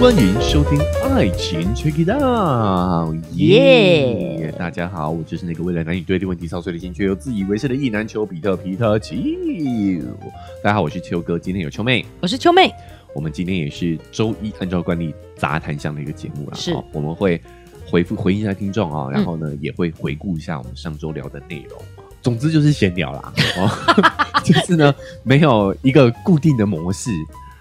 欢迎收听《爱情 Check It Out》，耶！大家好，我就是那个为了男女对立问题操碎了心却又自以为是的意男丘比特皮特丘。大家好，我是丘哥，今天有丘妹。我是秋妹，我们今天也是周一按照惯例杂谈向的一个节目啦，是哦我们会回复回应一下听众啊、然后呢、也会回顾一下我们上周聊的内容。哦 总之就是闲聊啦，哦、 就是呢没有一个固定的模式，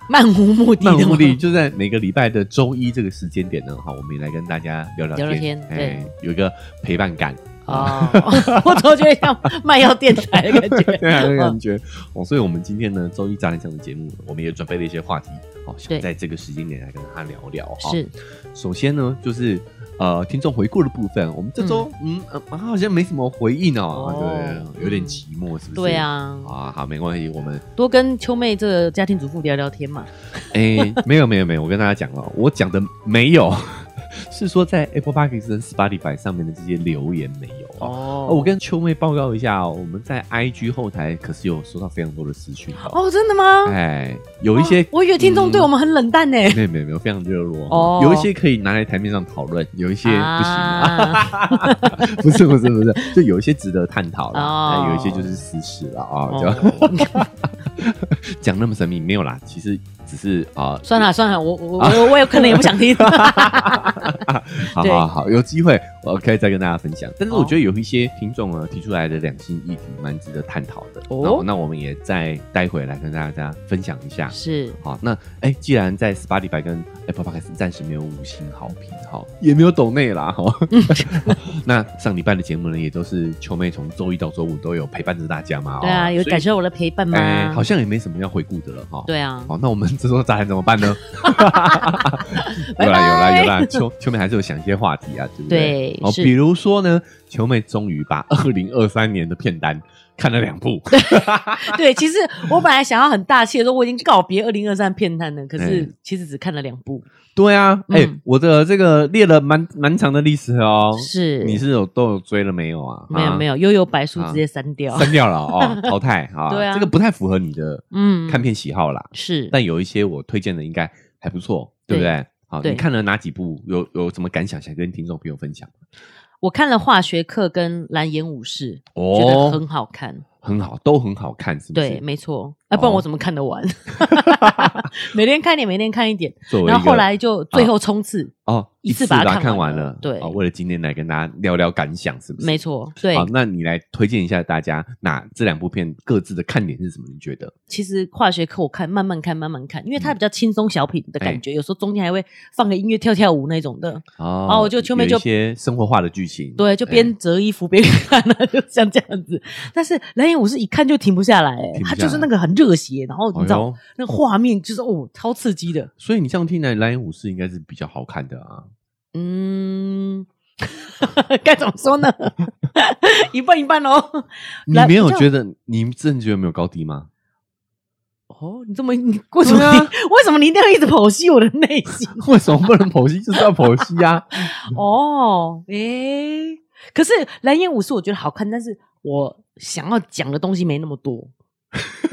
漫无目的漫的无目的吗，就在每个礼拜的周一这个时间点呢，哈，我们也来跟大家聊聊聊聊天哎对有一个陪伴感，哦， 我总觉得像卖药电台的感 觉。对啊，那个感觉哦，所以我们今天呢周一杂谈讲的节目，我们也准备了一些话题，好，想对在这个时间点来跟大家聊聊哈。哦是，首先呢，就是呃，听众回顾的部分，我们这周嗯呃好像没什么回应哦，哦对，有点寂寞，是不是？对。啊，啊，好，没关系，我们多跟秋妹这个家庭主妇聊聊天嘛。哎、 没有没有没有，我跟大家讲哦，我讲的没有，是说在 Apple Podcast 跟 Spotify 上面的这些留言没有哦。哦哦我跟秋妹报告一下哦，我们在 IG 后台可是有收到非常多的私讯哦，哦，真的吗？哎，有一些哦我以为听众对我们很冷淡呢。没有没有没有，非常热络。哦有一些可以拿来台面上讨论，有一些不行。啊 不是不是不是，就有一些值得探讨啦，哦那有一些就是私事了啊。就哦讲那么神秘没有啦，其实只是啊， 算了算了，我我我我有可能也不 想听。好对好好，有机会我可以再跟大家分享。但是我哦觉得有一些听众呢提出来的两性议题蛮值得探讨的。哦那那我们也再待会来跟大家分享一下。是，好，那哎、既然在 Spotify 跟 Apple Podcast 暂时没有五星好评，好，也没有抖内 啦，哈。那上礼拜的节目呢，也都是秋妹从周一到周五都有陪伴着大家嘛，对啊，哦有所以感受到我的陪伴哎、吗好？像也没什么要回顾的了哈。。对啊，好，那我们这周杂谈怎么办呢？拜有啦有啦拜有啦，秋 秋妹还是有想一些话题啊，对不对哦，是比如说呢，秋妹终于把 二零二三年的片单看了两 部，对，其实我本来想要很大气的说我已经告别二零二三片单了，可是嗯其实只看了两部。对啊，哎、嗯我的这个列了蛮蛮长的历史哦，是，你是有都有追了没有啊？没有没有，有，悠悠白书直接删掉。 删掉了哦，淘汰啊。对啊这个不太符合你的 嗯，看片喜好啦。是，但有一些我推荐的应该还不错，对不对对？好，对你看了哪几部？有有什么感想想跟听众朋友分享？我看了化学课跟蓝颜武士，觉得很好看。很好，都很好看，哦是不对，是？没错。啊，不然哦我怎么 看得完？ 每天看一点，每天看一点。作为然后一个啊后来就最后冲刺，哦，一次把把它看看完完了了。对哦为了今天来跟大家聊聊感想，是不是？没。错。对好，，那你来推荐一下大家哪这两部片各自的看点是什么？你觉得？其实化学课我看慢慢看慢慢看，因为嗯它比较轻松小品的哎感觉，有时候中间还会放个音乐跳跳舞那种的。哦哦我就秋妹有一就些生活化的剧情，对，就哎边折衣服边看啊， 就像这样子。但是蓝颜武士一看就停不下来，停不他下就是来那个很热血，然后你知哎道呦那画面就是哦超刺激的。所以你这样听来，《蓝颜武士》应该是比较好看的啊。嗯， 该怎么说呢？ 一半一半哦。你来没有比较觉得，你真的觉得没有高低吗？哦，你这么你为什么你、对啊为什么你一定要一直剖析我的内心？ 为什么不能剖析？就是要剖析啊！哦，诶、可是《蓝颜武士》我觉得好看，但是我想要讲的东西没那么多。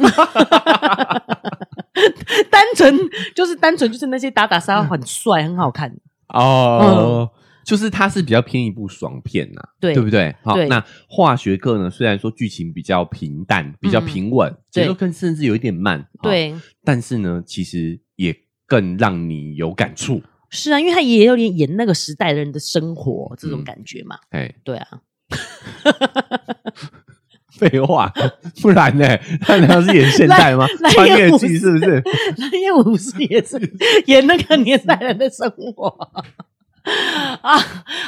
单纯就是单纯就是那些打打杀杀嗯很帅很好看， 哦，就是它是比较偏一部爽片啊呐、对对不对？好，对那化学课呢，虽然说剧情比较平淡，比较平稳，节奏嗯对更甚至有一点慢，好，对，但是呢，其实也更让你有感 触。是啊，因为他也有点演那个时代人的生活这种嗯感觉嘛，哎，对啊， 废话，不然呢？他难道是演现代吗？蓝穿蓝越颜武剧是不是？ 蓝叶武士也是演那个年代人的生活 啊。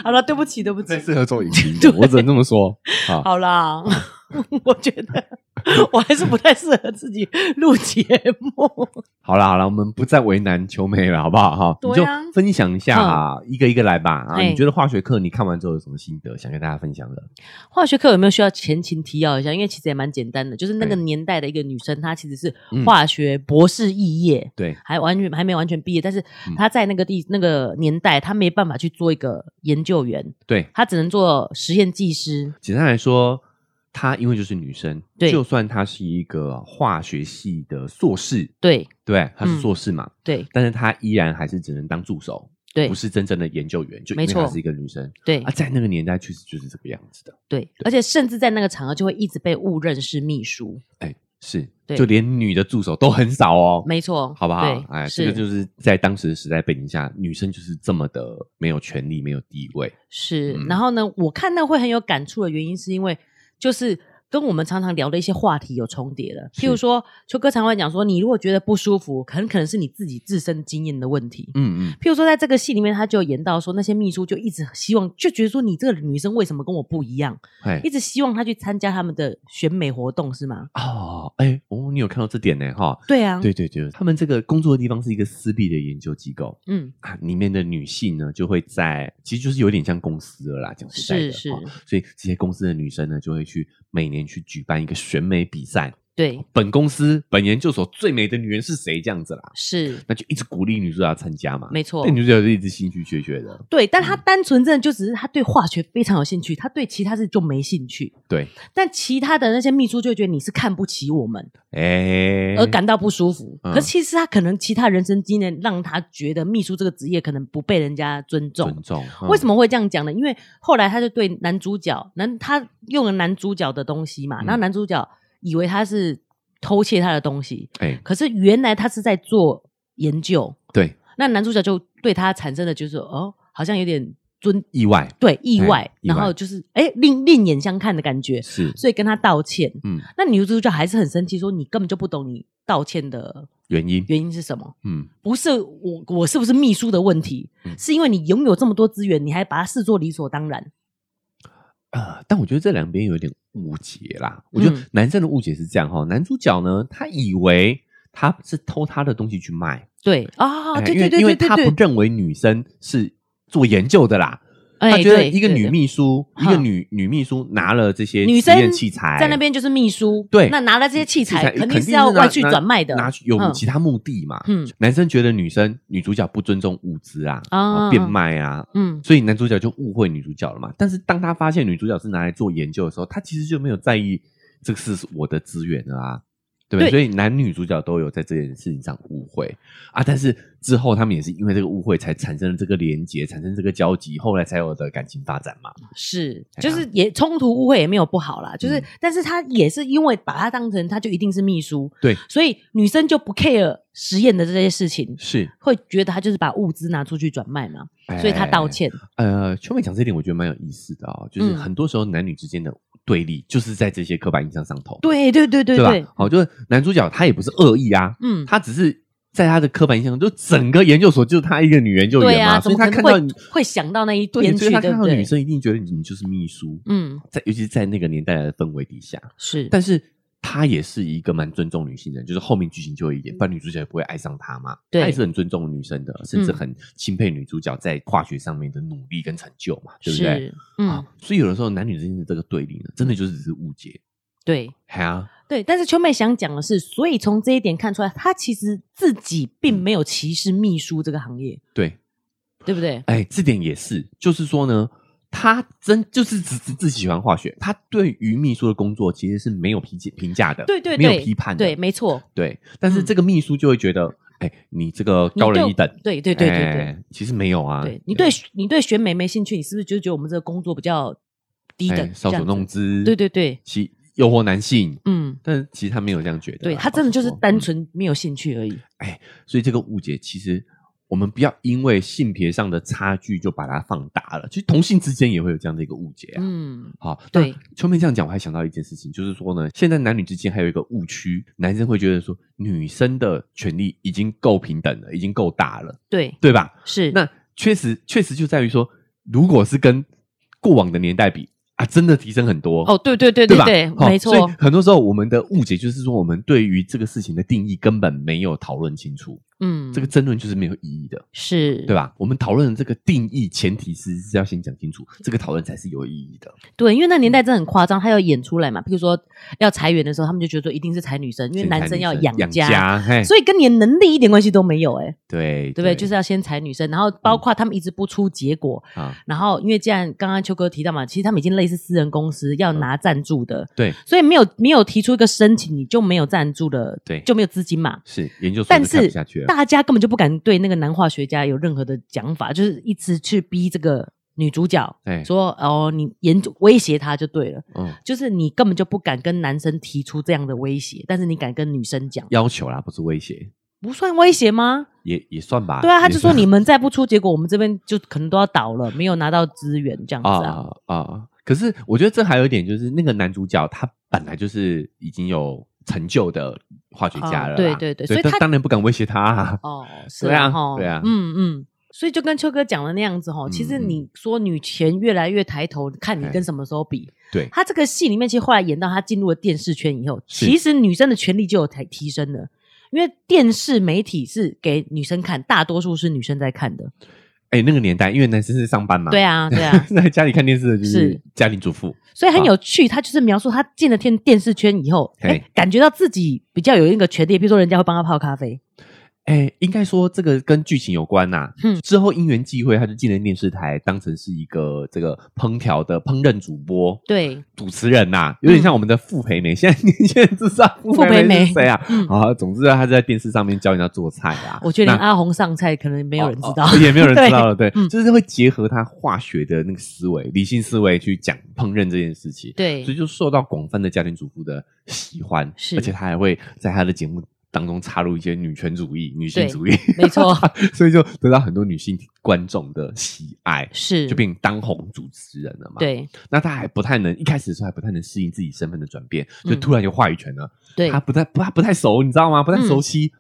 好了，对不起，对不起最，适合做影 评的，我只能这么说。好，好啦， 我觉得我还是不太适合自己录节目。好啦好啦，我们不再为难球妹了，好不好？哈，你对啊就分享一下啊，一个一个来吧。啊，哎你觉得化学课你看完之后有什么心得，想跟大家分享的？化学课有没有需要前情提要一下？因为其实也蛮简单的，就是那个对年代的一个女生，她其实是哎嗯化学博士肄业。对，还完全还没完全毕业，但是嗯她在那个地、那个年代，她没办法去做一个研究员，对，她只能做实验技师。简单来说，她因为就是女生，对就算她是一个化学系的硕士，对对，她是嗯硕士嘛，对但是她依然还是只能当助手，对不是真正的研究员，就因为没错她是一个女生对啊，在那个年代确实就是这个样子的，对，而且甚至在那个场合就会一直被误认是秘书，哎，是，对就连女的助手都很少哦，没错，好不好对？，哎，这是个就是在当时的时代背景下，女生就是这么的没有权利、没有地位。是，嗯然后呢，我看那会很有感触的原因，是因为就是跟我们常常聊的一些话题有重叠了。譬如是说，秋哥常会讲说，你如果觉得不舒服，很可能是你自己自身经验的问题。嗯嗯，譬如说，在这个戏里面，他就有演到说，那些秘书就一直希望，就觉得说你这个女生为什么跟我不一样，哎一直希望她去参加他们的选美活动，是吗？哦，哎哦，你有看到这点呢哈？对啊，对对对，他们这个工作的地方是一个私立的研究机构嗯，啊，里面的女性呢就会在，其实就是有点像公司了啦，讲实在的是是哦所以这些公司的女生呢就会去每年去举办一个选美比赛，对，本公司本研究所最美的女人是谁这样子啦，是那就一直鼓励女主角参加嘛，没错那。女主角就一直兴趣缺缺的，对，但他单纯真的就只是他对化学非常有兴趣，他对其他事就没兴趣。对，但其他的那些秘书就会觉得你是看不起我们哎，而感到不舒服。嗯可其实他可能其他人生经验让他觉得秘书这个职业可能不被人家尊重。尊重，嗯为什么？么会这样讲呢？因为后来他就对男主角，男他用了男主角的东西嘛，嗯然后男主角以为他是偷窃他的东西，哎，可是原来他是在做研究。对，那男主角就对他产生了就是哦，好像有点尊意外对意哎外，意外然后就是哎另另眼相看的感觉，是，所以跟他道歉。嗯，那女主角还是很生气，说你根本就不懂你道歉的原因，原因是什么？嗯，不是我我是不是秘书的问题，嗯是因为你拥有这么多资源，你还把它视作理所当然。呃，但我觉得这两边有点误解啦。我觉得嗯男生的误解是这样哈，男主角呢，他以为他是偷他的东西去卖，对啊，哎对因为对对因为对对他不对，认为女生是做研究的啦，哎他觉得对一个对女对秘书，一哈个女女秘书拿了这些女实验生器材在那。边就是秘书，对那拿了这些器材肯肯定是是要拿外去拿转卖的，拿去有嗯其他目的嘛。嗯男生觉得女生女主角不尊重物资啊，啊啊变卖啊，嗯，所以男主角就误会女主角了嘛。但是当他发现女主角是拿来做研究的时候，他其实就没有在意这个是我的资源了啊，对不对？对所以男女主角都有在这件事情上误会啊。但是之后他们也是因为这个误会才产生了这个连结，产生这个交集，后来才有的感情发展嘛。是，哎就呀是也冲突误会也没有不好啦，就是，嗯但是他也是因为把他当成他就一定是秘书，对，所以女生就不 care 实验的这些事情，是，会觉得他就是把物资拿出去转卖嘛，所以他道。歉。哎呃，秋妹讲这点，我觉得蛮有意思的哦，就是嗯很多时候男女之间的对立，就是在这些刻板印象上头，对对对对对吧？，好，哦就是男主角他也不是恶意啊，嗯，他只是在他的刻板印象中，就整个研究所就他一个女研究对员嘛，啊，怎所以么他可看能到会你会想到那一对，边所以去，他对看不到女对？生一定觉得你就是秘书，嗯，在尤其是在那个年代的氛围底下，是，但是。他也是一个蛮尊重女性的人，就是后面剧情就会演，不然女主角也不会爱上他嘛。对他也是很尊重女生的，甚至嗯很钦佩女主角在化学上面的努力跟成就嘛，对不对？是，嗯啊，，所以有的时候男女之间的这个对立呢，真的就是只是误解。对哎呀，对。但是秋妹想讲的是，所以从这一点看出来，她其实自己并嗯没有歧视秘书这个行业，对，对不对？哎，这点也是，就是说呢，他真就是只只自己喜欢化学，他对于秘书的工作其实是没有评价评价的，对对没对，有批判的，对，没错，对但是嗯这个秘书就会觉得，哎，你这个你高人对一等，对对对对对。哎其实没有啊，对你对你对选美没兴趣，你是不是就觉得我们这个工作比较低哎等，搔这样首子弄，姿，对对对，其诱惑男性。嗯，但是其实他没有这样觉得啊，对他真的就是老实说单嗯纯没有兴趣而已，所以这个误解其实我们不要因为性别上的差距就把它放大了，其实同性之间也会有这样的一个误解啊。嗯，好，对那秋妹这样讲，我还想到一件事情，就是说呢，现在男女之间还有一个误区，男生会觉得说女生的权利已经够平等了，已经够大了，对，对吧？是，那确实，确实就在于说，如果是跟过往的年代比啊，真的提升很多哦，对对对对吧？对，好没错所以，很多时候我们的误解就是说，我们对于这个事情的定义根本没有讨论清楚。嗯，这个争论就是没有意义的，是对吧？我们讨论的这个定义前提是是要先讲清楚，这个讨论才是有意义的。对，因为那嗯年代真的很夸张，他要演出来嘛。譬如说要裁员的时候，他们就觉得说一定是裁女生，因为男生要养养家，嘿，所以跟你的能力一点关系都没有、欸，哎，对嗯对不对？就是要先裁女生，然后包括他们一直不出结果，啊，然后因为既然刚刚秋哥提到嘛，其实他们已经类似私人公司嗯要拿赞助的，对，所以没有没有提出一个申请，你就没有赞助的，对就没有资金嘛。是研究所但就看是不下去了。大家根本就不敢对那个男化学家有任何的讲法，就是一直去逼这个女主角哎，说哦，你严威胁她就对了。嗯，就是你根本就不敢跟男生提出这样的威胁，但是你敢跟女生讲，要求啦，不是威胁，不算威胁吗？也也算吧。对啊，他就也算说你们再不出结果，我们这边就可能都要倒了，没有拿到资源这样子啊。啊啊！可是我觉得这还有一点，就是那个男主角他本来就是已经有成就的化学家了啦、啊对对对所以他他当然不敢威胁他、啊。哦，是对啊吼对啊嗯嗯。所以就跟秋哥讲的那样子吼，嗯其实你说女权越来越抬头，看你跟什么时候比。对他这个戏里面，其实后来演到他进入了电视圈以后，是其实女生的权利就有提提升了，因为电视媒体是给女生看，大多数是女生在看的。哎、那个年代，因为男生是上班嘛，对啊，对啊。在家里看电视的就是是家庭主妇。所以很有趣，他就是描述他进了电电视圈以后，啊嘿哎、感觉到自己比较有一个权利，比如说人家会帮他泡咖啡，哎、应该说这个跟剧情有关呐、嗯之后因缘际会，他就进了电视台，当成是一个这个烹调的烹饪主播、对，主持人呐、有点像我们的傅培梅。现在年轻人知道傅嗯傅培培梅梅是谁啊？嗯啊，总之啊，他在电视上面教人家做菜啊。我觉得那连阿红上菜可能没有人知道，哦哦也没有人知 道了，对，嗯就是会结合他化学的那个思维、理性思维去讲烹饪这件事情，对所以就受到广泛的家庭主妇的喜欢，是而且他还会在他的节目当中插入一些女权主义、女性主义，没错， 所以就得到很多女性观众的喜爱。是，就变当红主持人了嘛？。对那他还不太能，一开始的时候还不太能适应自己身份的转变，就嗯突然有话语权了。对他，不太不他不太熟，你知道吗？不太嗯熟悉。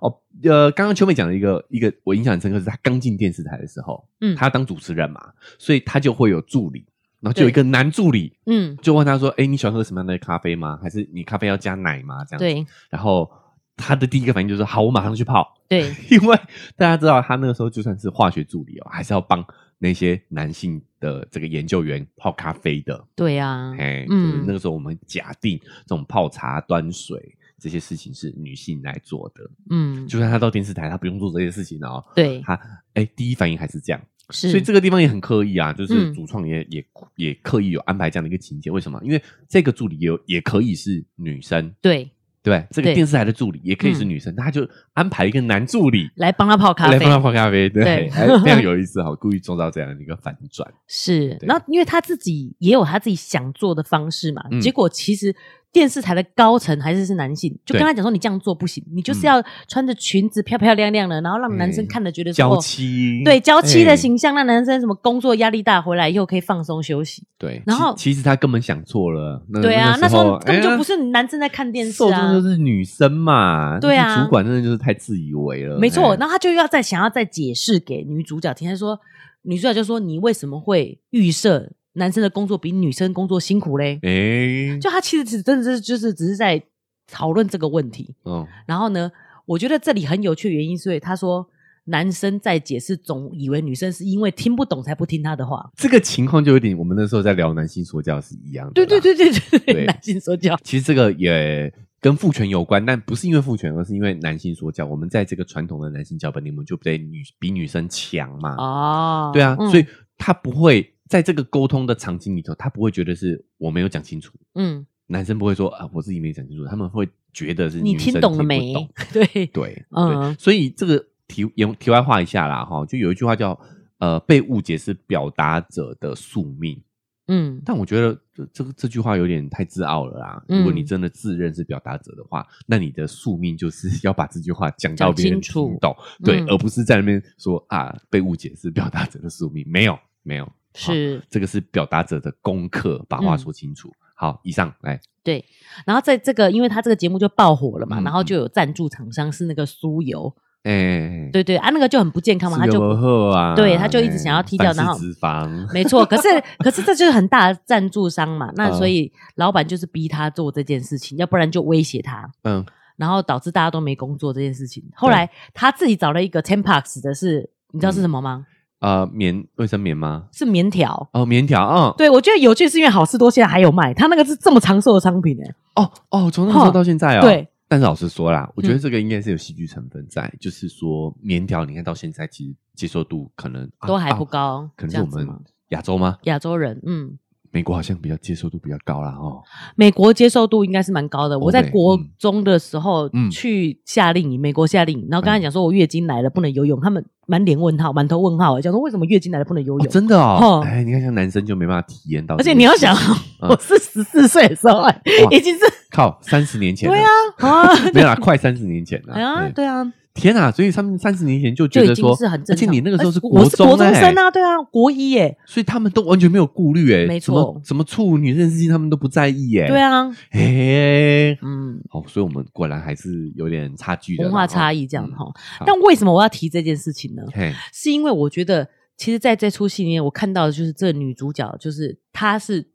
哦，呃，刚刚秋妹讲的一个一个我印象很深刻是，她刚进电视台的时候，嗯她当主持人嘛，所以她就会有助理，然后就有一个男助理嗯，就问她说：“哎，你喜欢喝什么样的咖啡吗？还是你咖啡要加奶吗？”这样子。对然后她的第一个反应就是说：“好，我马上去泡。对，”因为大家知道，她那个时候就算是化学助理哦，还是要帮那些男性的这个研究员泡咖啡的。对啊，哎，就是那嗯，个时候我们假定这种泡茶、端水这些事情是女性来做的，嗯，就算她到电视台，她不用做这些事情哦。对，她哎，第一反应还是这样，是，所以这个地方也很刻意啊，就是嗯主创也、也也刻意有安排这样的一个情节。为什么？因为这个助理也有也可以是女生，对，对吧这个对电视台的助理也可以是女生，他就安排一个男助理。来帮他泡咖来啡帮，他泡咖啡，对，对哎那样有意思哈，故意做到这样的一个反转，是，对然后因为他自己也有他自己想做的方式嘛，嗯结果其实电视台的高层还是是男性，就对跟他讲说你这样做不行，你就嗯是要穿着裙子漂漂亮亮的，然后让男生哎看了觉得说娇哦妻，对娇妻哎的形象，让男生什么工作压力大回来以后可以放松休息。对，然其后其实他根本想错了，那对啊，嗯那那时候根哎本就呀不是男生在看电视受众啊就，是女生嘛，对啊那主管真的就是太自以为了，没错。哎然后他就要再想要再解释给女主角听，他说女主角就说你为什么会预设男生的工作比女生工作辛苦嘞？哎，就他其实只真的是就是只是在讨论这个问题。嗯，然后呢，我觉得这里很有趣的原因，所以他说男生在解释，总以为女生是因为听不懂才不听他的话。这个情况就有点我们那时候在聊男性说教是一样的，对对，对对对对对，男性说教。其实这个也。跟父权有关，但不是因为父权，而是因为男性说教。我们在这个传统的男性脚本里面，就得女比女生强嘛。哦，对啊，嗯所以他不会在这个沟通的场景里头，他不会觉得是我没有讲清楚，嗯，男生不会说啊，我自己没讲清楚，他们会觉得是你女生听听懂了不没懂？对， 对，嗯对，所以这个题也题外话一下啦，哈，就有一句话叫呃，被误解是表达者的宿命， 嗯，但我觉得这这个这句话有点太自傲了啦。嗯如果你真的自认是表达者的话，那你的宿命就是 要把这句话讲到讲别人清楚听懂，对，嗯而不是在那边说啊，被误解是表达者的宿命，没有，没有，是这个是表达者的功课，把话嗯说清楚。好，以上来，对。然后在这个，因为他这个节目就爆火了嘛，嗯然后就有赞助厂商是那个酥油，哎、对对啊，那个就很不健康嘛，他吃就个不好啊，对他就一直想要踢掉哎然后反式脂肪，没错，可是可是这就是很大的嗯赞助商嘛，那所以老板就是逼他做这件事情，要不然就威胁他。嗯，然后导致大家都没工作这件事情。后来他自己找了一个 Tempax 的是，嗯你知道是什么吗？呃，棉卫生棉吗？是棉条。哦，棉条啊，对，我觉得有趣是因为好事多现在还有卖，他那个是这么长寿的商品哎、哦哦，从那时候到现在啊、对，嗯但是老实说啦，我觉得这个应该是有戏剧成分在，就是说棉条，你看到现在其实接受度可能、啊都还不、啊高，可能是这我样子们吗？亚洲吗？亚洲人，嗯，美国好像比较接受度比较高啦哦。美国接受度应该是蛮高的。我在美国嗯中的时候嗯去夏令营，美国夏令营，然后跟他嗯讲说我月经来了不能游泳，他们满脸问号，满头问号，讲说为什么月经来了不能游哦泳？真的哦哦，哎，你看像男生就没办法体验到而这个事情，且你要想，嗯 我是十四岁的时候、哎啊哇已经是靠三十年前了 对啊，啊，没有啦，快三十年前了哎呀，对对啊，天啊，所以他们三十年前就就觉已得说经是很正常。而且你那个时候是哎我是国中哎生啊，对啊，国一耶，所以他们都完全没有顾虑哎，没什么错什么处女这件事情他们都不在意哎，对，啊，嘿，嗯，哦，所以我们果然还是有点差距的啦文化差哦异这样嗯哈。好但为什么我要提这件事情呢？嘿，是因为我觉得，其实在这出戏里面，我看到的就是这女主角，就是她是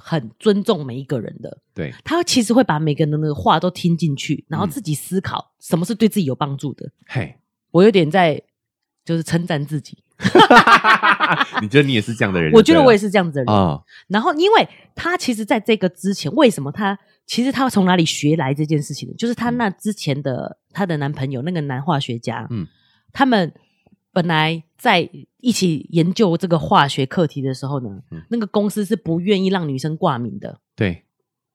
很尊重每一个人的，对，她其实会把每个人的话都听进去，然后嗯自己思考什么是对自己有帮助的。 嘿，我有点在就是称赞自己，你觉得你也是这样的人？我觉得我也是这样子的人。啊，然后，因为她其实在这个之前，为什么她其实她从哪里学来这件事情呢？就是她那之前的她的男朋友那个男化学家，嗯嗯，他们本来在一起研究这个化学课题的时候呢，嗯那个公司是不愿意让女生挂名的，对，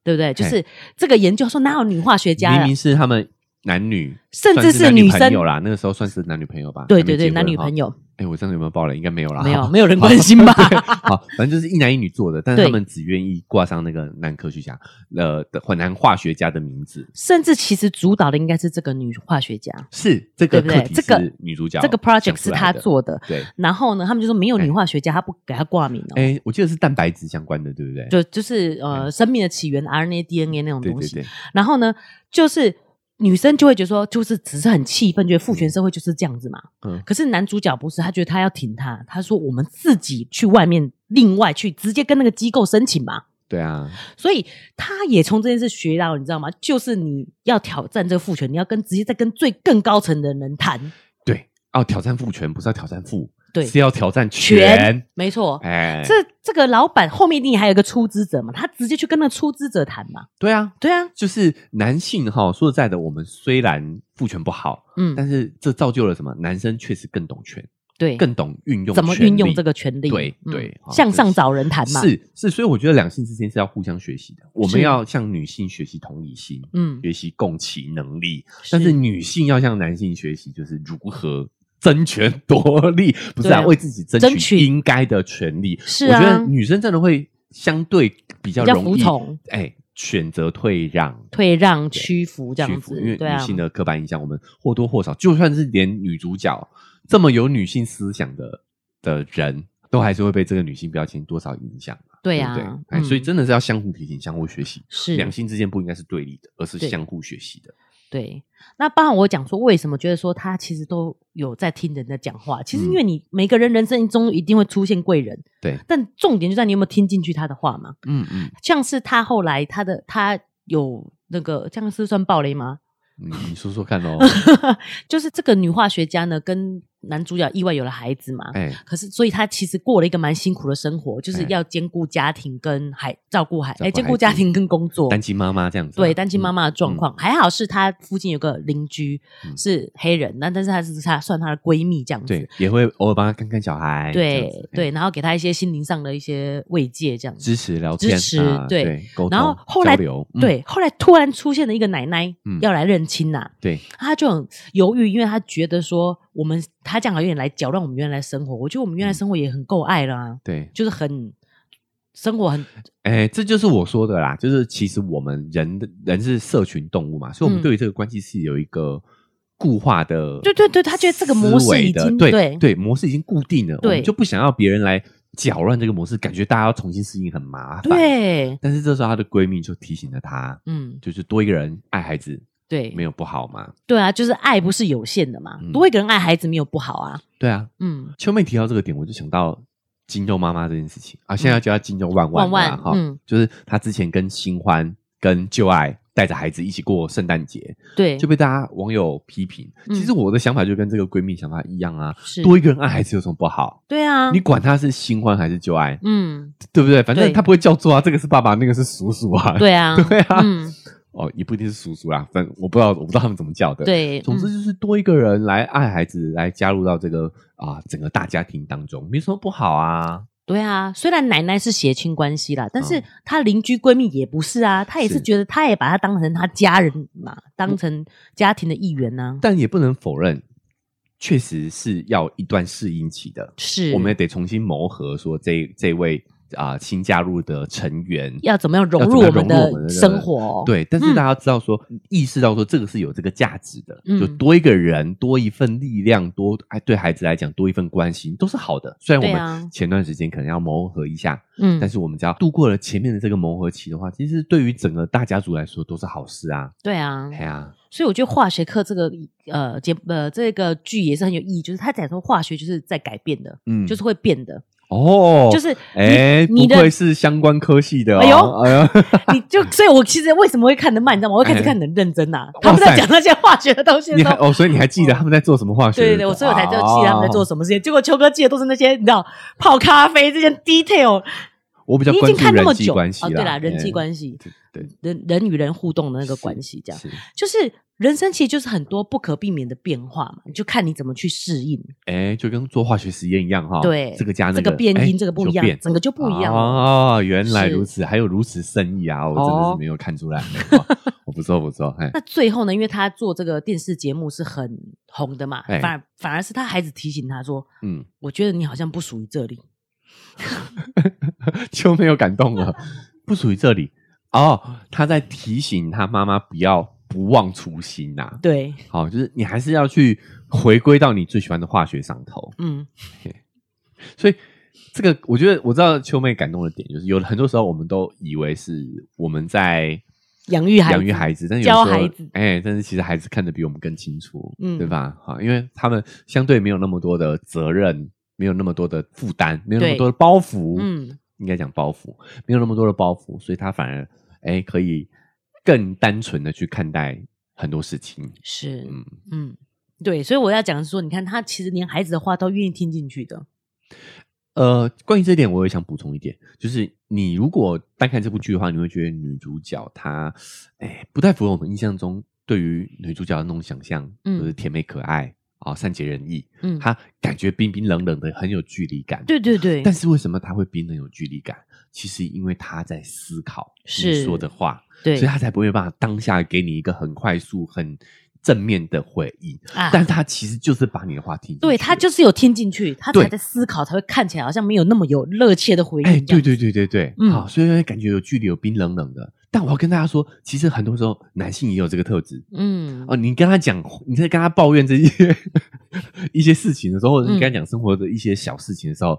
对不对？就嘿是这个研究说哪有女化学家明啊明是他们男女，甚至算是男女女朋生友啦，那个时候算是男女朋友吧？对还没对结对，婚男女哈朋。友哎，我这样有没有爆雷？应该没有啦，没有哈没有人关心吧？ 对好，反正就是一男一女做的，但是对他们只愿意挂上那个男科学家，呃，的男化学家的名字。甚至其实主导的应该是这个女化学家，是这个对不课对题这个是女主角这个 project 想是出来她的，做的。对。然后呢，他们就说没有女哎化学家，他不给她挂名哦。哎，我记得是蛋白质相关的，对不对？就就是呃生命的起源 RNA、DNA 那种对东对西。对，然后呢，就是女生就会觉得说，就是只是很气愤，觉得父权社会就是这样子嘛。嗯，可是男主角不是，他觉得他要挺他，他说我们自己去外面另外去直接跟那个机构申请嘛。对啊，所以他也从这件事学到，你知道吗？就是你要挑战这个父权，你要跟直接在跟最更高层的人谈。对，哦，挑战父权不是要挑战父，对是要挑战权权。没错，哎，这这个老板后面一定还有一个出资者嘛，他直接去跟那个出资者谈嘛。对啊，对啊，就是男性哈，说实在的，我们虽然父权不好，嗯，但是这造就了什么？男生确实更懂权，对，更懂运用，怎么运用这个权利？对嗯对好向上找人谈嘛。，是是，所以我觉得两性之间是要互相学习的，我们是要向女性学习同理心，嗯，学习共情能力，但是女性要向男性学习，就是如何争权夺利，不是啊，对啊为自己争争取取应该的权利。是我觉啊得，女生真的会相对比较比较容服易，从、哎，选择退让。退让、屈服这屈样服，子因为，对女啊性，的刻板印象，我们或多或少，就算是连女主角这么有女性思想的的人，都还是会被这个女性标签多少影响嘛，对不啊，哎，嗯所以真的是要相互提醒、相互学习，两是，性之间不应该是对立的，而是对相互学习的。对。那包含我讲说，为什么觉得说他其实都有在听人家讲话？其实因为你每个人人生中一定会出现贵人，嗯对，但重点就在你有没有听进去他的话嘛。嗯嗯，像是他后来他的他有那个这样是算暴雷吗？ 你你说说看喽。就是这个女化学家呢，跟男主角意外有了孩子嘛，哎，可是，所以他其实过了一个蛮辛苦的生活，就是哎要兼顾家庭跟孩照顾孩，照顾哎，兼孩顾子家庭跟工作。单亲妈妈这样子啊，对单亲妈嗯妈的状况，还好是她附近有个邻居嗯是黑人，那但是她是她算她的闺蜜这样子对，也会偶尔帮她看看小孩，这样对子，对，然后给她一些心灵上的一些慰藉这样哎子。支持聊天，支持啊对对，沟通然后后来交流，嗯对，后来突然出现了一个奶奶嗯要来认亲呐，对，她就很犹豫，因为她觉得说我们她这样好像有点来搅乱我们原来生活，我觉得我们原来嗯生活也很够爱了啊，对，就是很生活很哎，这就是我说的啦，就是其实我们人的人是社群动物嘛，所以我们嗯对于这个关系是有一个固化的思维的，对对对他觉得这个模式已经对对对模式已经固定了，我们对就不想要别人来搅乱这个模式，感觉大家要重新适应很麻烦。，对，但是这时候她的闺蜜就提醒了她，嗯，就是多一个人爱孩子对没，有不好嘛，对啊，就是爱不是有限的嘛嗯，多一个人爱孩子没有不好啊，对啊，嗯，秋妹提到这个点，我就想到金州妈妈这件事情啊，现在就要金州万万嗯万了啦万哈、嗯就是她之前跟新欢跟旧爱带着孩子一起过圣诞节，对，就被大家网友批评。嗯其实我的想法就跟这个闺蜜想法一样啊，是多一个人爱孩子有什么不好？对啊，你管他是新欢还是旧爱，嗯，对不对？反正对他不会叫做啊，这个是爸爸，那个是叔叔啊。对啊， 对啊嗯，哦，也不一定是叔叔啦，反正我不知道，我不知道他们怎么叫的。，对，总之嗯就是多一个人来爱孩子，来加入到这个啊、整个大家庭当中，没什么不好啊。对啊，虽然奶奶是血亲关系啦，但是嗯她邻居闺蜜也不是啊，她也是是嗯觉得她也把她当成她家人嘛，当成家庭的一员啊呢、但也不能否认，确实是要一段适应期的，是，我们也得重新磨合，说这这位啊、新加入的成员要怎么样融要怎入么我样们融入的我们的生活？对，但是嗯大家知道说，意识到说这个是有这个价值的，嗯就多一个人，多一份力量，多哎对孩子来讲多一份关心都是好的。虽然我对啊们前段时间可能要磨合一下，嗯，但是我们只要度过了前面的这个磨合期的话，其实对于整个大家族来说都是好事啊。对啊，哎呀、所以我觉得化学课这个呃节呃这个剧也是很有意义，就是他讲说化学就是在改变的，嗯，就是会变的，哦，就是你哎，你不的愧是相关科系的、哦，哎呦哎 呦，你就所以，我其实为什么会看得慢，你知道吗？我会开始看得很认真呐、他们哎哇在塞讲那些化学的东西的你时还候。哦，所以你还记得他们在做什么化学？哦对对对，我所以我才就记得他们在做么。什么事情。结果秋哥记得都是那些你知道泡咖啡这些 detail，我比较你已关经注看那么人际久关系哦，啦，对啦，人际哎关系，对对人人与人互动的那个关系，这样是就是人生其实就是很多不可避免的变化嘛，你就看你怎么去适应。哎，就跟做化学实验一样哈。对这个加那这个变哎音，这个不就一样变，整个就不一样了。哦，原来是如此，还有如此深意啊！我真的哦是没有看 出来，哦我不错不错，哎，那最后呢，因为他做这个电视节目是很红的嘛，哎反而反而是他孩子提醒他说嗯，：“我觉得你好像不属于这里。 就没有感动了，不属于这里哦。他在提醒他妈妈不要不忘初心呐、”对，好，就是你还是要去回归到你最喜欢的化学上头。嗯，所以这个，我觉得我知道秋妹感动的点，就是有很多时候我们都以为是我们在养育孩子养育孩子，但有教时候孩子哎、但是其实孩子看得比我们更清楚，嗯对吧？好，因为他们相对没有那么多的责任，没有那么多的负担，没有那么对多的包袱，嗯，应该讲包袱，没有那么多的包袱，所以他反而哎、可以更单纯的去看待很多事情，是，嗯。嗯，对，所以我要讲的是说，你看他其实连孩子的话都愿意听进去的，呃，关于这一点，我也想补充一点，就是你如果单看这部剧的话，你会觉得女主角她，哎，不太符合我们印象中对于女主角的那种想象，嗯就是甜美可爱啊、善解人意，嗯，她感觉冰冰冷冷的，很有距离感。对对对，但是为什么她会冰冷有距离感？其实因为她在思考是你说的话，所以对她才不会办法当下给你一个很快速、很正面的回应。啊，但她其实就是把你的话听进去了，对他就是有听进去，他对才在思考，才会看起来好像没有那么有热切的回应。哎、对，对对对对，嗯好，所以会感觉有距离，有冰冷冷的。但我要跟大家说，其实很多时候男性也有这个特质嗯，哦。你跟他讲，你在跟他抱怨这些 一些事情的时候，或者你嗯跟他讲生活的一些小事情的时候，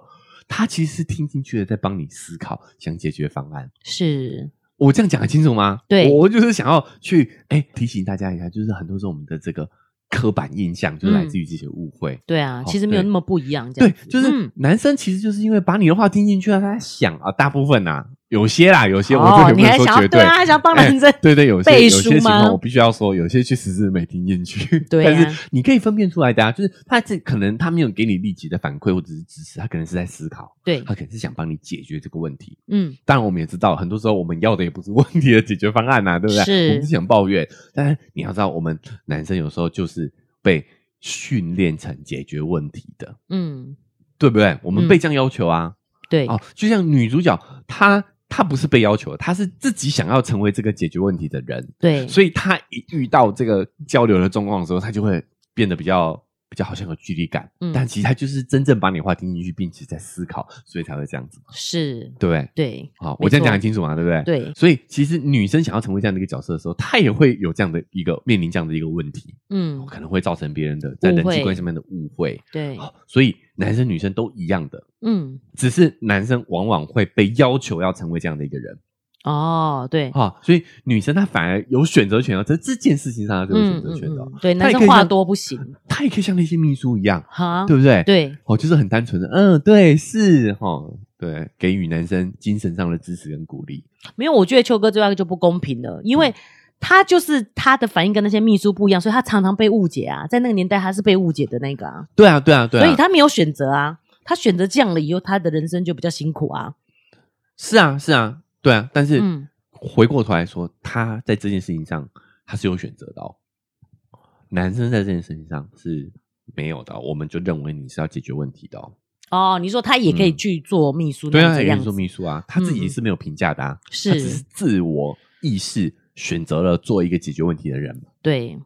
他其实是听进去的，在帮你思考，想解决方案。是，我这样讲得清楚吗？对我我就是想要去哎、提醒大家一下，就是很多时候我们的这个刻板印象，就是来自嗯于这些误会。对啊，好其实没有哦对那么不一样，这对样，子就是嗯男生其实就是因为把你的话听进去了，他在想啊，大部分呐、有些啦，有些我哦这，里你不能还说想绝要对啊，还想要帮男生哎，对对，有些背有书些情吗况我必须要说，有些确实是没听进去，对啊 但是你可以分辨出来的啊，就是他这可能他没有给你立即的反馈或者是支持，他可能是在思考，对，他可能是想帮你解决这个问题。嗯，当然，我们也知道，很多时候我们要的也不是问题的解决方案呐、啊对不对？是我们只想抱怨。但是你要知道，我们男生有时候就是被训练成解决问题的。嗯，对不对？我们嗯被这样要求啊，对，哦，就像女主角她。她不是被要求的，她是自己想要成为这个解决问题的人，对，所以她一遇到这个交流的状况的时候，她就会变得比较比较好像有距离感，嗯但其实她就是真正把你话听进去，并且在思考，所以才会这样子嘛，是，对不对？对，好，没我这样错讲很清楚嘛，对不对？。对，所以其实女生想要成为这样的一个角色的时候，她也会有这样的一个面临这样的一个问题，嗯，可能会造成别人的在人误际会关系上面的误会。对，好，所以男生女生都一样的，嗯，只是男生往往会被要求要成为这样的一个人哦，对，啊，所以女生她反而有选择权哦，在这件事情上她是有选嗯择嗯权的哦嗯，，对，她男也生可以话像多不 行，她也可以像那些秘书一样，哈，对不对？，对，哦，就是很单纯的，嗯，对，是哈、哦，对，给予男生精神上的支持跟鼓励，嗯没有，我觉得秋哥这样就不公平了，因为她就是她的反应跟那些秘书不一样，所以她常常被误解啊。在那个年代，她是被误解的那个啊，对啊，对啊，对啊，所以她没有选择啊。她选择这样了以后，她的人生就比较辛苦啊。是啊，是啊，对啊。但是嗯，回过头来说，他在这件事情上他是有选择的哦。男生在这件事情上是没有的哦、我们就认为你是要解决问题的哦。哦，你说她也可以嗯去做秘书，对那啊，这也样是子做秘书啊，他自己嗯是没有评价的、啊，他只是是，自我意识选择了做一个解决问题的人嘛。对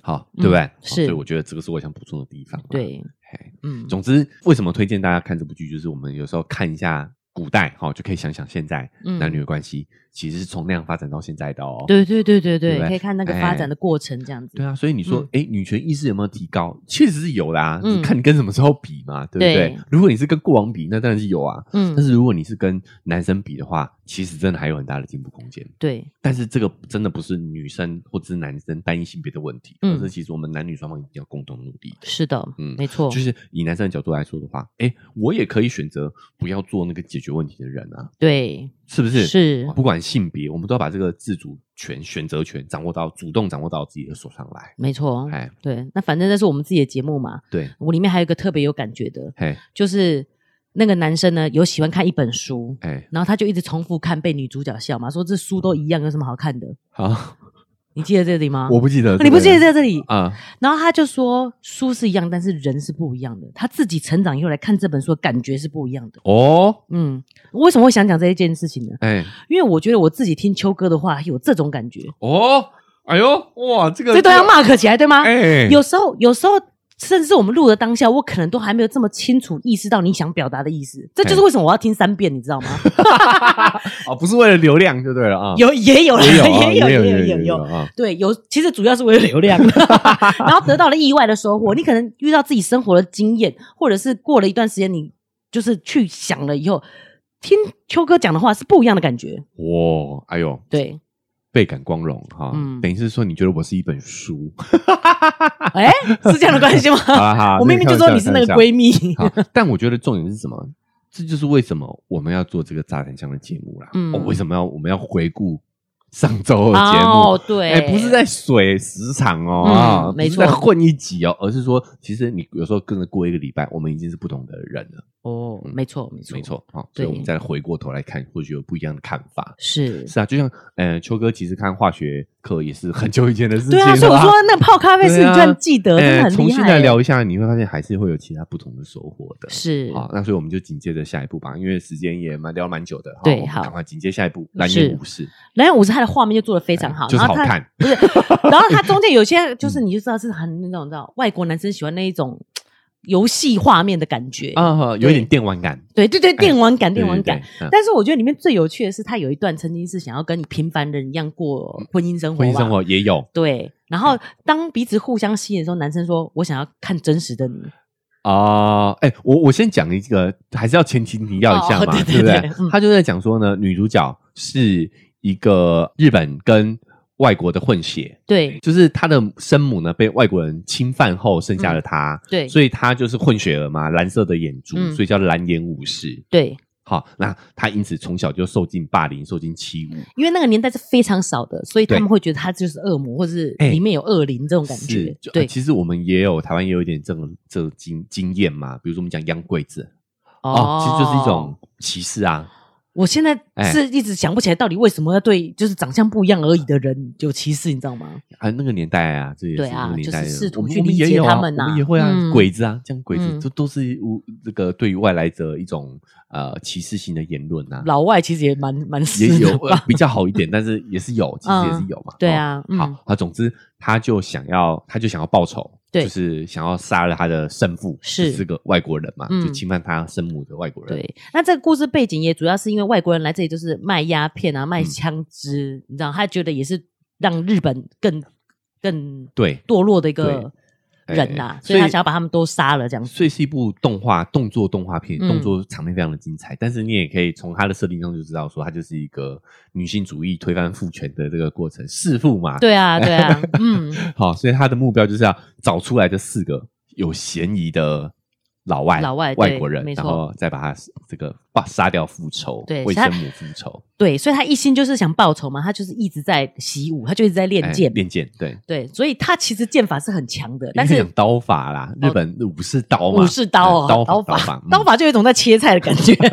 好，嗯对不对？好是所以我觉得这个是我想补充的地方。，对，嘿嗯，总之，为什么推荐大家看这部剧？就是我们有时候看一下古代，哈、就可以想想现在嗯男女的关系、其实是从那样发展到现在的哦。对对对对对对，不对哎可以看那个发展的过程这样子。对啊，所以你说嗯，哎、女权意识有没有提高？确实是有啦，嗯你看你跟什么时候比嘛，对不对？对如果你是跟过往比，那当然是有啊。但嗯，是如果你是跟男生比的话，其实真的还有很大的进步空间。对，但是这个真的不是女生或者是男生单一性别的问题，嗯而是其实我们男女双方一定要共同努力。是的，嗯没错就，是以男生的角度来说的话，哎，我也可以选择不要做那个解决问题的人啊，对，是不是？是不管性别，我们都要把这个自主权、选择权掌握到，主动掌握到自己的手上来。没错。哎，对，那反正这是我们自己的节目嘛。对，我里面还有一个特别有感觉的，嘿，就是那个男生呢有喜欢看一本书，哎，然后他就一直重复看，被女主角笑嘛，说这书都一样，有什么好看的？好，你记得这里吗？我不记得，啊你不记得这在这里？个啊？然后他就说书是一样，但是人是不一样的。他自己成长以后来看这本书，感觉是不一样的。哦，嗯，为什么会想讲这一件事情呢？哎，因为我觉得我自己听秋哥的话有这种感觉，哦，哎呦，哇，这个这都要，mark 起来，对吗？哎，有时候，有时候，甚至我们录的当下，我可能都还没有这么清楚意识到你想表达的意思。这就是为什么我要听三遍，你知道吗？哦，不是为了流量就对了啊，有也有啦也有啊也有也有也有也也有有。啊，对，有其实主要是为了流量，然后得到了意外的收获。你可能遇到自己生活的经验，或者是过了一段时间，你就是去想了以后，听秋哥讲的话是不一样的感觉。哇，哎呦，对，倍感光荣哈。嗯等于是说，你觉得我是一本 书？哎，是这样的关 系吗？好啦好啦 我明明就说你是那个。闺蜜。 好，但我觉得重点是什么？这就是为什么我们要做这个炸弹箱的节目啦。嗯哦，为什么要我们要回顾上周的节目？哦，对，哎，不是在水时长哦，嗯啊，没不是在错混一集哦，而是说，其实你有时候跟着过一个礼拜，我们已经是不同的人了，哦，没错，没错，没，错，好，所对以我们再回过头来看，或许有不一样的看法。是。是啊，就像呃，秋哥其实看化学课也是很久以前的事情对了啊。啊，所以我说那个泡咖啡是对你啊居然记得，真呃的很重厉新害。来聊一下，你会发现还是会有其他不同的收获的。是，好，那所以我们就紧接着下一步吧，因为时间也蛮聊蛮久的。对我们好赶快紧接下一步《蓝夜武士》，然后五十他的画面就做的非常好，哎就是然后好他看。不是，然后 他中间有些就是你就知道是很那种你知道外国男生喜欢那一种游戏画面的感觉，啊，哈有一点电玩感，对对对，电玩感，电玩感。对。对对嗯但是我觉得里面最有趣的是，他有一段曾经是想要跟你平凡人一样过婚姻生活，婚姻生。活也有对，然后嗯当彼此互相吸引的时候，男生说：“我想要看真实的你。啊。哎，我我先讲一个，还是要前情提要一下嘛，哦对对不对对对？嗯他就在讲说呢，女主角是一个日本跟外国的混血，”对就是她的生母呢被外国人侵犯后生下了她。嗯对所以他就是混血儿嘛，蓝色的眼珠，嗯所以叫蓝眼武士。对，好，那他因此从小就受尽霸凌，受尽欺侮。因为那个年代是非常少的，所以他对们会觉得他就是恶魔，或者是哎里面有恶灵这种感是觉，。就呃对，其实我们也有台湾也有一点这种这种经经验嘛，比如说我们讲洋鬼子哦其实就是一种。歧视啊。我现在哎是一直想不起来到底为什么要对就是长相不一样而已的人有歧视，你知道吗？啊，那个年代啊，这也是对啊那个年代的就是试图我们去我们也理解有啊他们呐我们也会啊，嗯鬼子啊，讲鬼子，嗯这、都是无这个对于外来者一种呃歧视性的言论啊呐、老外其实也蛮蛮是也的有、吧呃比较好一点，但是也是有，其实也是嗯有嘛。对哦啊，嗯好，啊，总之他就想要，他就想要报仇，对就是想要杀了他的生父，是就是个外国人嘛，嗯就侵犯他生母的外国人。，对。那这个故事背景也主要是因为外国人来这里就是卖鸦片啊，卖嗯枪支，你知道，他觉得也是让日本更更对堕落的一对个哎人呐、所所以以他想要把他们都杀了这样子。所以是一部动画动作动画片，嗯动作场面非常的精彩。但是你也可以从他的设定中就知道，说他就是一个女性主义推翻父权的这个过程，弑父嘛。，对啊，对啊，嗯，好，所以他的目标就是要找出来这四个有嫌疑的老外、老外外对国人没，然错后再把他这个把杀掉复仇，对为他生母复仇，对，所以他一心就是想报仇嘛，他就是一直在习武，他就一直在练哎剑，练剑，对，对，所以他其实剑法是很强的，但因为是哦讲刀法啦，日本武士刀嘛，武士刀哦，嗯刀刀法刀法法，嗯刀法就有一种在切菜的感 觉。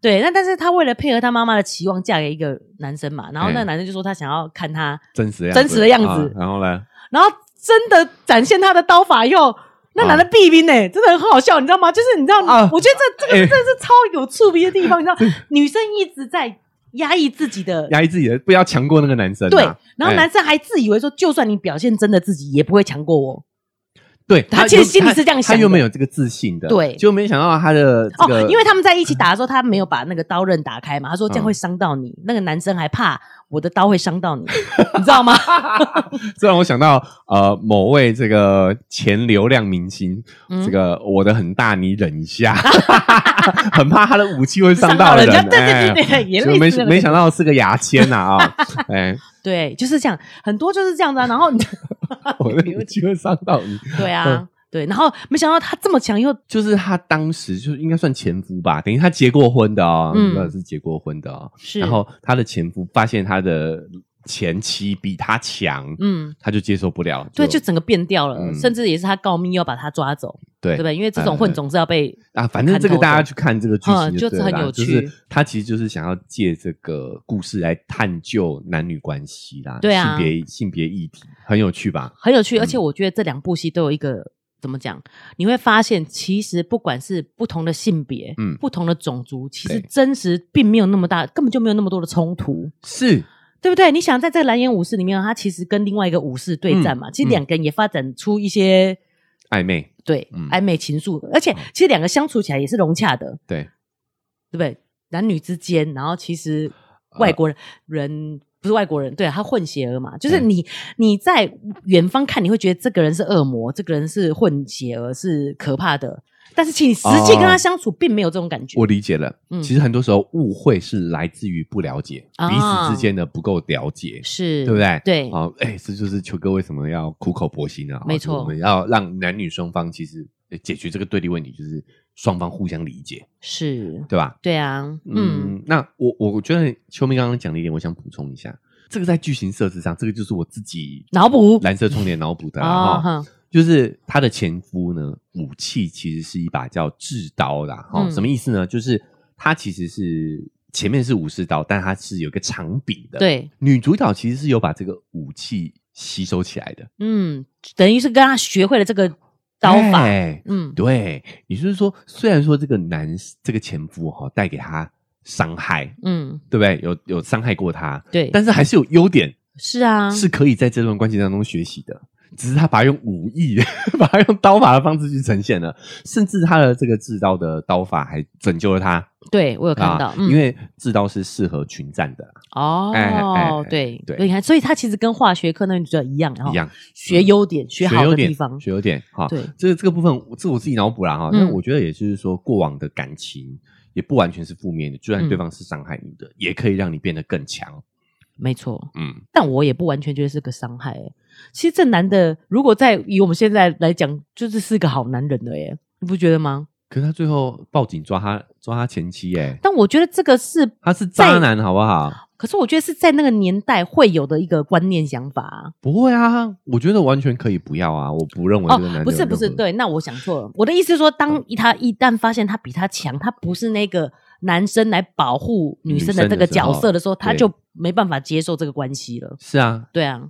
对，那但是他为了配合他妈妈的期望，嫁给一个男生嘛，然后那个嗯男生就说他想要看他，真实的真实的样子啊然后呢，然后真的展现他的刀法以后。那男的毙兵呢、真的很好笑，你知道吗？就是你知道，啊我觉得这这个哎真的是超有触鼻的地 方，你知道，女生一直在压抑自己的，压抑自己的，不要强过那个男生啊，对，然哎后男生还自以为说，就算你表现真的自己，也不会强过我，对他其实有心里是这样想他的原本有这个自信的，对就没想到他的这个，哦，因为他们在一起打的时候，他没有把那个刀刃打开嘛，他说嗯这样会伤到你。那个男生还怕我的刀会伤到你， 你知道吗？这让我想到呃某位这个前流量明星，嗯这个我的很大，你忍一下， 很怕他的武器会伤到人，人家，对对对哎对，也就类没似那个没想到是个牙签呐啊！ 哎，对，就是这样，很多就是这样的、啊。然后你我的武器会伤到 你。对嗯啊，对，然后没想到他这么强又就是他当时就是应该算前夫吧，等于他结过婚的哦，嗯嗯，是结过婚的哦。是，然后他的前夫发现他的前妻比他强，嗯，他就接受不了。对，就整个变掉了，嗯甚至也是他告密要把他抓走，对嗯对不对？因为这种混种是要被、啊，反正这个大家去看这个剧情嗯就对了啦很有趣就是他其实就是想要借这个故事来探究男女关系啦，对啊性别性别议题很有趣吧？很有趣，嗯而且我觉得这两部戏都有一个怎么讲，你会发现其实不管是不同的性别，嗯不同的种族，其实对真实并没有那么大，根本就没有那么多的冲突。是，对不对？你想在这个蓝眼武士里面，他其实跟另外一个武士对战嘛，嗯其实两个人也发展出一些暧昧，对嗯暧昧情愫，而且其实两个相处起来也是融洽的，对，对不对？男女之间，然后其实呃外国人、人不是外国人，对、他混血儿嘛，就是嗯你、你在远方看，你会觉得这个人是恶魔，这个人是混血儿，是可怕的。但是，其实你实际跟他哦相处，并没有这种感觉。我理解了。嗯其实很多时候误会是来自于不了解，啊彼此之间的不够了解。是，对不对？对，好，哎，这就是秋哥为什么要苦口婆心啊？没错就我们要让男女双方其实呃解决这个对立问题，就是双方互相理解，是，对吧？对啊，嗯，嗯，那我我觉得秋明刚刚讲的一点，我想补充一下，这个在剧情设置上，这个就是我自己脑补蓝色重点脑补的啊啦哈、哈，就是他的前夫呢，武器其实是一把叫制刀啦，哈、嗯什么意思呢？就是他其实是前面是武士刀，但它是有个长柄的。，对，女主角其实是有把这个武器吸收起来的嗯，等于是跟他学会了这个刀法，哎嗯，对，也就是说，虽然说这个男这个前夫哈、带给他伤害，嗯，对不对？有有伤害过他，对，但是还是有优点，是啊，是可以在这段关系当中学习的。只是他把它用武艺， 把它用刀法的方式去呈现了，甚至他的这个制刀的刀法还拯救了他对我有看到，啊！嗯，因为制刀是适合群战的，哦，哎哎哎对对所以你看，所以他其实跟化学课那个女主角一样，一，样学优点，哦学好优的点地方，学优点哈。对，这个这个部分，这我自己脑补啦哈。嗯但我觉得也就是说，过往的感情也不完全是负面的，就算嗯对方是伤害你的，也可以让你变得更强。没错。嗯，但我也不完全觉得是个伤害、欸，其实这男的如果在以我们现在来讲，就是是个好男人的耶、你不觉得吗？可是他最后报警抓他抓他前妻、耶，但我觉得这个是，他是渣男好不好？可是我觉得是在那个年代会有的一个观念想法啊、不会啊，我觉得完全可以不要啊，我不认为这个男的、哦不是不是，，对，那我想错了。我的意思是说，哦当一他一旦发现他比他强，他不是那个男生来保护女生的这个角色的时候，女生他的时候就没办法接受这个关系了。是啊。对啊，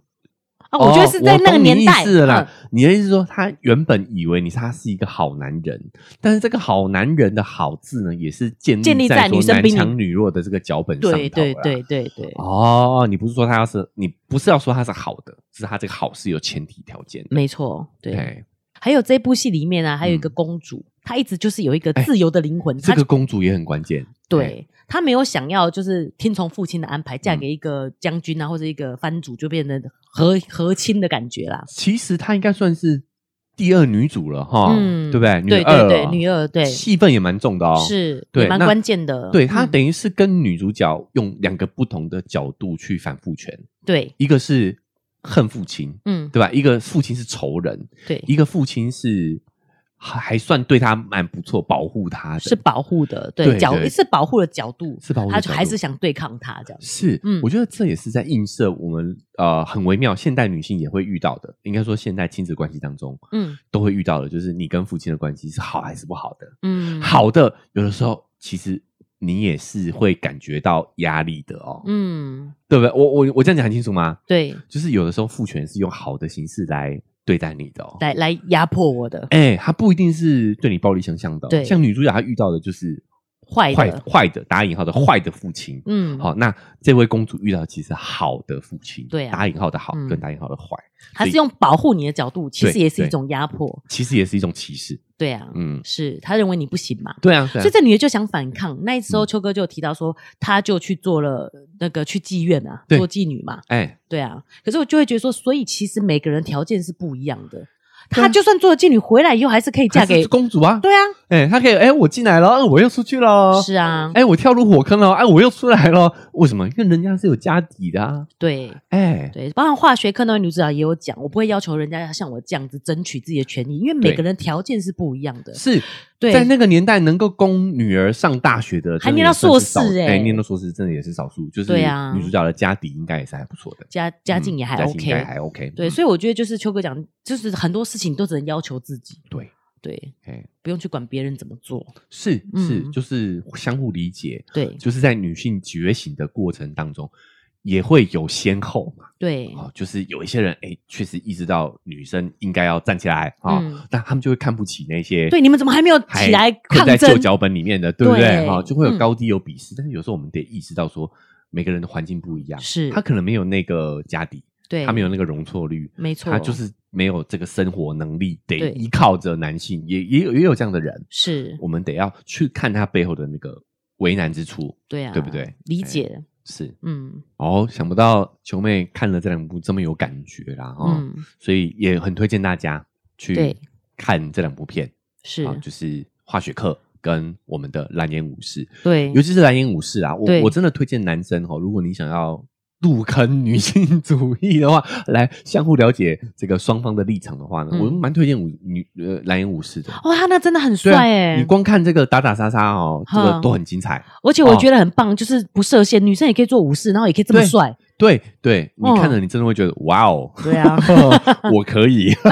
啊，哦我觉得是在那个年代，是啦、嗯你的意思是说，他原本以为你他是一个好男人，但是这个好男人的好字呢，也是建建立在说女生男比你强女弱的这个脚本上头对啦对对对对，哦，你不是说他要是你不是要说他是好的，是他这个好是有前提条件的。没错，对。哎，还有这部戏里面啊呢，还有一个嗯哎公主，她一直就是有一个自由的灵魂，这她个公主也很关键。哎，对她没有想要就是听从父亲的安排，嫁嗯给一个将军啊，或者一个藩主，就变成和和亲的感觉啦。其实她应该算是第二女主了哈，嗯对不对？女对二对对，了女二对，戏份也蛮重的哦。。是，对也蛮那关键的。对她嗯等于是跟女主角用两个不同的角度去反复权，对，一个是恨父亲，嗯，对吧？一个父亲是仇人，对，一个父亲是还还算对他蛮不错，保护他的是保护的，对对角对是保护的角度，是保护的他角就度还是想对抗他这样。是，嗯我觉得这也是在映射我们呃很微妙，现代女性也会遇到的，应该说现代亲子关系当中嗯都会遇到的，就是你跟父亲的关系是好还是不好的。嗯，，好的，有的时候其实你也是会感觉到压力的哦，嗯，对不对？我我我这样讲很清楚吗？对，就是有的时候父权是用好的形式来对待你的哦。来来压迫我的哎、他不一定是对你暴力相向的哦、对像女主角她遇到的就是坏坏的，坏的打引号的坏的父亲，嗯，好，那这位公主遇到其实好的父亲，对啊打引号的好嗯跟打引号的坏，还是用保护你的角度，其实对也是一对种压迫，其实也是一种歧视。对啊，嗯，是他认为你不行嘛，对啊，嗯对所以啊，这女的就想反抗。那时候秋哥就有提到说，她就去做了那个去妓院啊，对做妓女嘛，哎，对啊。可是我就会觉得说，所以其实每个人条件是不一样的。对啊她就算做了妓女回来以后，还是可以嫁她给是公主啊，对啊，哎，她可以，哎，我进来了，呃我又出去了，是啊，哎，我跳入火坑了，哎，我又出来了，为什么？因为人家是有家底的啊，对哎，对，包含化学课那位女主角也有讲，我不会要求人家像我这样子争取自己的权益，因为每对个人条件是不一样的。是对在那个年代能够供女儿上大学的，真还的念也到算硕是少士哎哎，念到硕士真的也是少数，就是对啊女主角的家底应该也是还不错的，家家境嗯也还家 OK，、境应该还嗯 OK，对，所以我觉得就是秋哥讲，就是很多事情都只能要求自己，对，对，哎，不用去管别人怎么做，是是，嗯就是相互理解，对就是在女性觉醒的过程当中，也会有先后嘛。对，啊、就是有一些人，哎、确实意识到女生应该要站起来啊，嗯那、他们就会看不起那些对，你们怎么还没有还起来困抗在旧争？脚本里面的，对不对？对哈、就会有嗯高低有鄙视，但是有时候我们得意识到说，每个人的环境不一样，是他可能没有那个家底，对，他没有那个容错率，没错，他就是没有这个生活能力，得对嗯依靠着男性，也也有也有这样的人，是，我们得要去看他背后的那个为难之处。对啊，对不对？理哎解，是嗯哦，想不到球妹看了这两部这么有感觉啦，哦，嗯，所以也很推荐大家去对看这两部片，是啊，就是《化学课》跟我们的《蓝颜武士》，对尤，其是《蓝颜武士》啊，我对我真的推荐男生哦，如果你想要。入坑女性主义的话，来相互了解这个双方的立场的话呢，嗯我蛮推荐武女呃蓝颜武士的。哇，他那真的很对帅啊，哎、你光看这个打打杀杀哦，这个哼都很精彩。而且我觉得很棒，就是不设限，女生也可以做武士，然后也可以这么哦对帅，对对，你嗯看了你真的会觉得哇哦， 对啊我可以，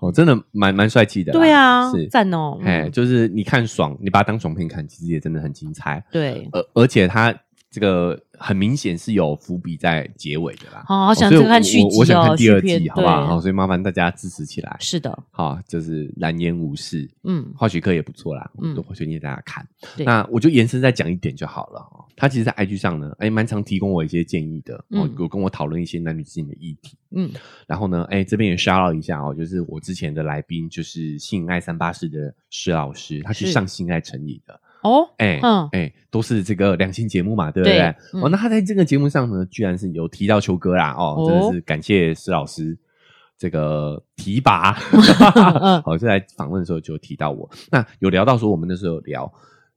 哦，真的蛮蛮帅气的啦，对啊是，，赞哦，哎，嗯就是你看爽，你把它当爽片看，其实也真的很精彩，对。而而且它这个很明显是有伏笔在结尾的啦，哦哦好好想所以再看我续我集我想哦看第续二片季，好不好？对好，所以麻烦大家支持起来，是的，好，就是蓝颜武士，嗯，化学课也不错啦，我嗯都会推荐大家看。对那我就延伸再讲一点就好了哦。他其实，在 IG 上呢，哎，蛮常提供我一些建议的，哦嗯，有跟我讨论一些男女之间的议题。嗯，然后呢，哎，这边也 shout out 一下哦，就是我之前的来宾就是性爱三八室的施老师，他是是上性爱成瘾的，哦，哎嗯哎，都是这个两性节目嘛，对不对？对嗯哦，那他在这个节目上呢，居然是有提到秋哥啦，哦，哦真的是感谢施老师。这个提拔， 嗯好，就在访问的时候就提到我。那有聊到说，我们那时候有聊，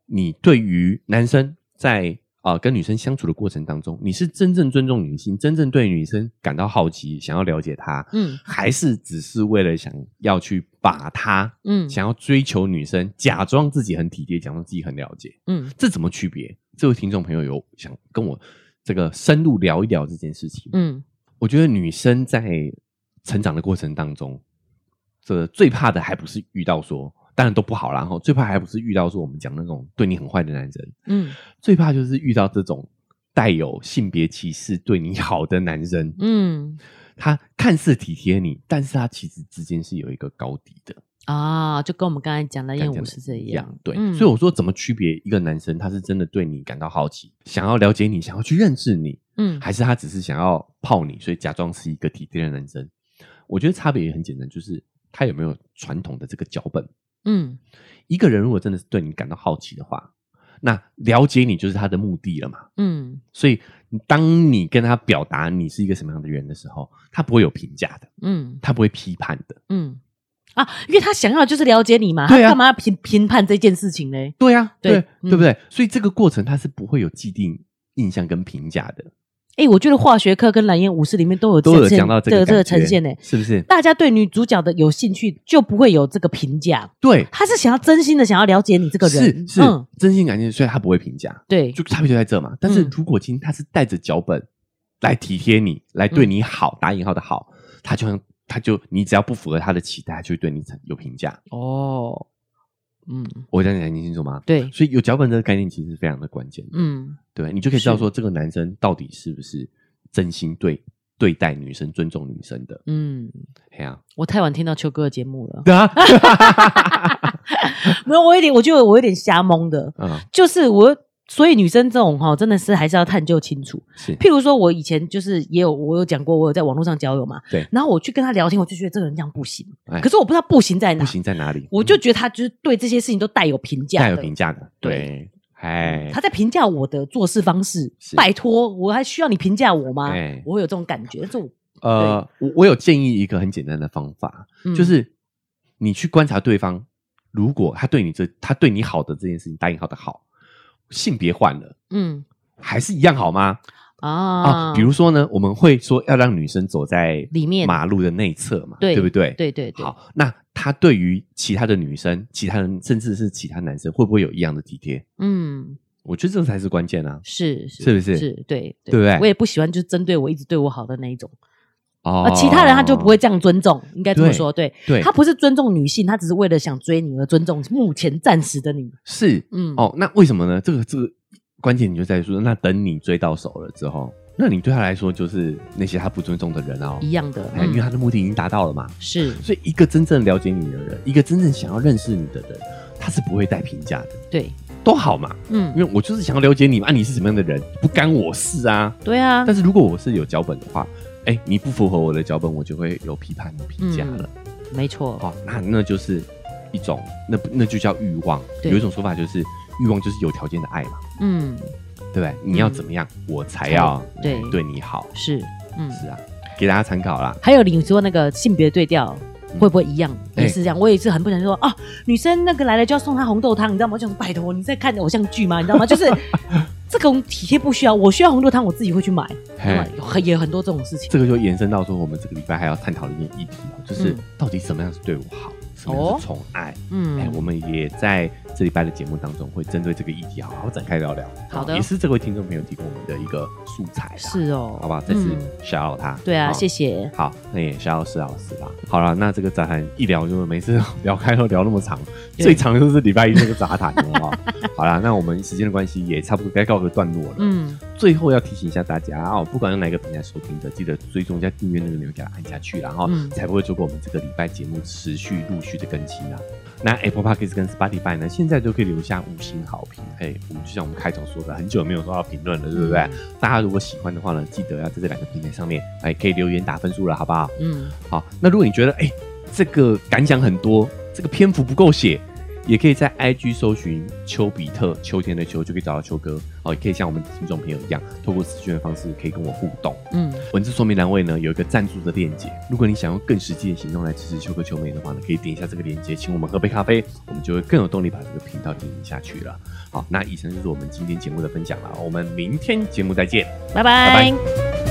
你对于男生在啊、呃跟女生相处的过程当中，你是真正尊重女性，真正对女生感到好奇，想要了解她，嗯还是只是为了想要去把她，嗯想要追求女生，假装自己很体贴，假装自己很了解？嗯这怎么区别？这位听众朋友有想跟我这个深入聊一聊这件事情。嗯，我觉得女生在成长的过程当中，这最怕的还不是遇到说，当然都不好啦，然后最怕还不是遇到说我们讲那种对你很坏的男生，嗯最怕就是遇到这种带有性别歧视对你好的男生，嗯他看似体贴你，但是他其实之间是有一个高低的。啊，就跟我们刚才讲的感燕觉舞是这一样，对，嗯所以我说怎么区别一个男生他是真的对你感到好奇，想要了解你，想要去认识你，嗯还是他只是想要泡你，所以假装是一个体贴的男生？我觉得差别也很简单，就是他有没有传统的这个脚本。嗯一个人如果真的是对你感到好奇的话，那了解你就是他的目的了嘛。嗯所以，当你跟他表达你是一个什么样的人的时候，他不会有评价的，嗯他不会批判的。嗯啊，因为他想要就是了解你嘛，对啊他干嘛要评评判这件事情嘞？对呀、对对对不嗯对？所以这个过程它是不会有既定印象跟评价的。哎、我觉得化学课跟蓝颜武士里面都有都有呈现讲到这个的这感个觉呈现欸呢、是不是？大家对女主角的有兴趣，就不会有这个评价。对，他是想要真心的想要了解你这个是人，嗯是、真心感谢，所以他不会评价，对，就差别就在这嘛。但是嗯如果今天他是带着脚本来体贴你，来对嗯你好，打引号的好，他就像他就你只要不符合他的期待，他就会对你产有评价。哦，嗯，我这样讲你清楚吗？对，所以有脚本这个概念其实是非常的关键的，嗯，对你就可以知道是说这个男生到底是不是真心对对待女生、尊重女生的。嗯，哎 呀、我太晚听到秋哥的节目了，对啊， 没有，我有点，我觉得我有点瞎蒙的，嗯，就是我，所以女生这种哈，真的是还是要探究清楚。 是譬如说，我以前就是也有我有讲过，我有在网络上交友嘛，对然后我去跟他聊天，我就觉得这个人这样不行，哎可是我不知道不行在哪不，行在哪里？我就嗯觉得他就是对这些事情都带有评价，带的。嗯有评价的，对，哎，他在评价我的做事方式是，拜托，我还需要你评价我吗？哎我会有这种感觉，但是啊我、呃，我我有建议一个很简单的方法，嗯就是你去观察对方，如果他对你这他对你好的这件事情，答应好的好，性别换了。嗯还是一样好吗？啊啊，比如说呢，我们会说要让女生走在里面马路的内侧嘛，对对不对？对对对，好，那他对于其他的女生、其他人，甚至是其他男生，会不会有一样的体贴？嗯，我觉得这才是关键啊！是是不是是对对不对我也不喜欢就是针对我一直对我好的那一种，哦啊，其他人他就不会这样尊重，应该这么说，对对他不是尊重女性，他只是为了想追你而尊重目前暂时的你，是嗯，哦。那为什么呢？这个这个关键你就在于说，那等你追到手了之后，那你对他来说就是那些他不尊重的人哦，一样的，哎，因为嗯他的目的已经达到了嘛。是所以，一个真正了解你的人，一个真正想要认识你的人，他是不会带评价的，对，都好嘛。嗯因，为我就是想要了解你嘛，啊，你是什么样的人，不干我事啊。对啊但，是如果我是有脚本的话，哎、你不符合我的脚本，我就会有批判、有评嗯价了。没错，哦，那那就是一种，那不那就叫欲望。对有一种说法就是，欲望就是有条件的爱嘛，嗯，对不对？你要怎么样，我才要对对你好，是，嗯。是啊，给大家参考啦。还有你说那个性别对调嗯会不会一样？哎也是这样，我也是很不想说啊，女生那个来了就要送她红豆汤，你知道吗？我想说拜托你在看偶像剧吗？你 知道吗？就是这种体贴不需要，我需要红豆汤我自己会去买，对吧嘿，有很也有很多这种事情。哎这个就延伸到说，我们这个礼拜还要探讨的一个议题哦，就是嗯到底什么样是对我好，什么样是宠爱。哎、嗯我，们也在这礼拜的节目当中会针对这个议题好好展开聊聊。好的也是这位听众朋友提供我们的一个素材啦，是哦，好吧？再次嗯 shout out 他，对啊，好谢谢。好，那也是要施老师啦。好了，那这个杂谈一聊就每次聊开都聊那么长，对最长的就是礼拜一这个杂谈了哦。好啦，那我们时间的关系也差不多该告个段落了。嗯，最后要提醒一下大家哦，不管用哪个平台收听的，记得追踪加订阅那个钮，给它按下去，然后嗯才不会错过我们这个礼拜节目持续陆续的更新啊。那 Apple Podcast 跟 Spotify 呢，现在都可以留下五星好评。嘿，我们就像我们开头说的，很久没有收到评论了，对不对？大家如果喜欢的话呢，记得要在这两个平台上面，哎，可以留言打分数了，好不好？嗯，好，那如果你觉得哎、这个感想很多，这个篇幅不够写，也可以在 IG 搜寻丘比特秋天的秋，就可以找到秋哥。哦，也可以像我们听众朋友一样，透过私讯的方式可以跟我互动。嗯，文字说明栏位呢有一个赞助的链接，如果你想用更实际的行动来支持秋哥秋妹的话呢，可以点一下这个链接，请我们喝杯咖啡，我们就会更有动力把这个频道经营下去了。好，那以上就是我们今天节目的分享了，我们明天节目再见。拜拜拜。拜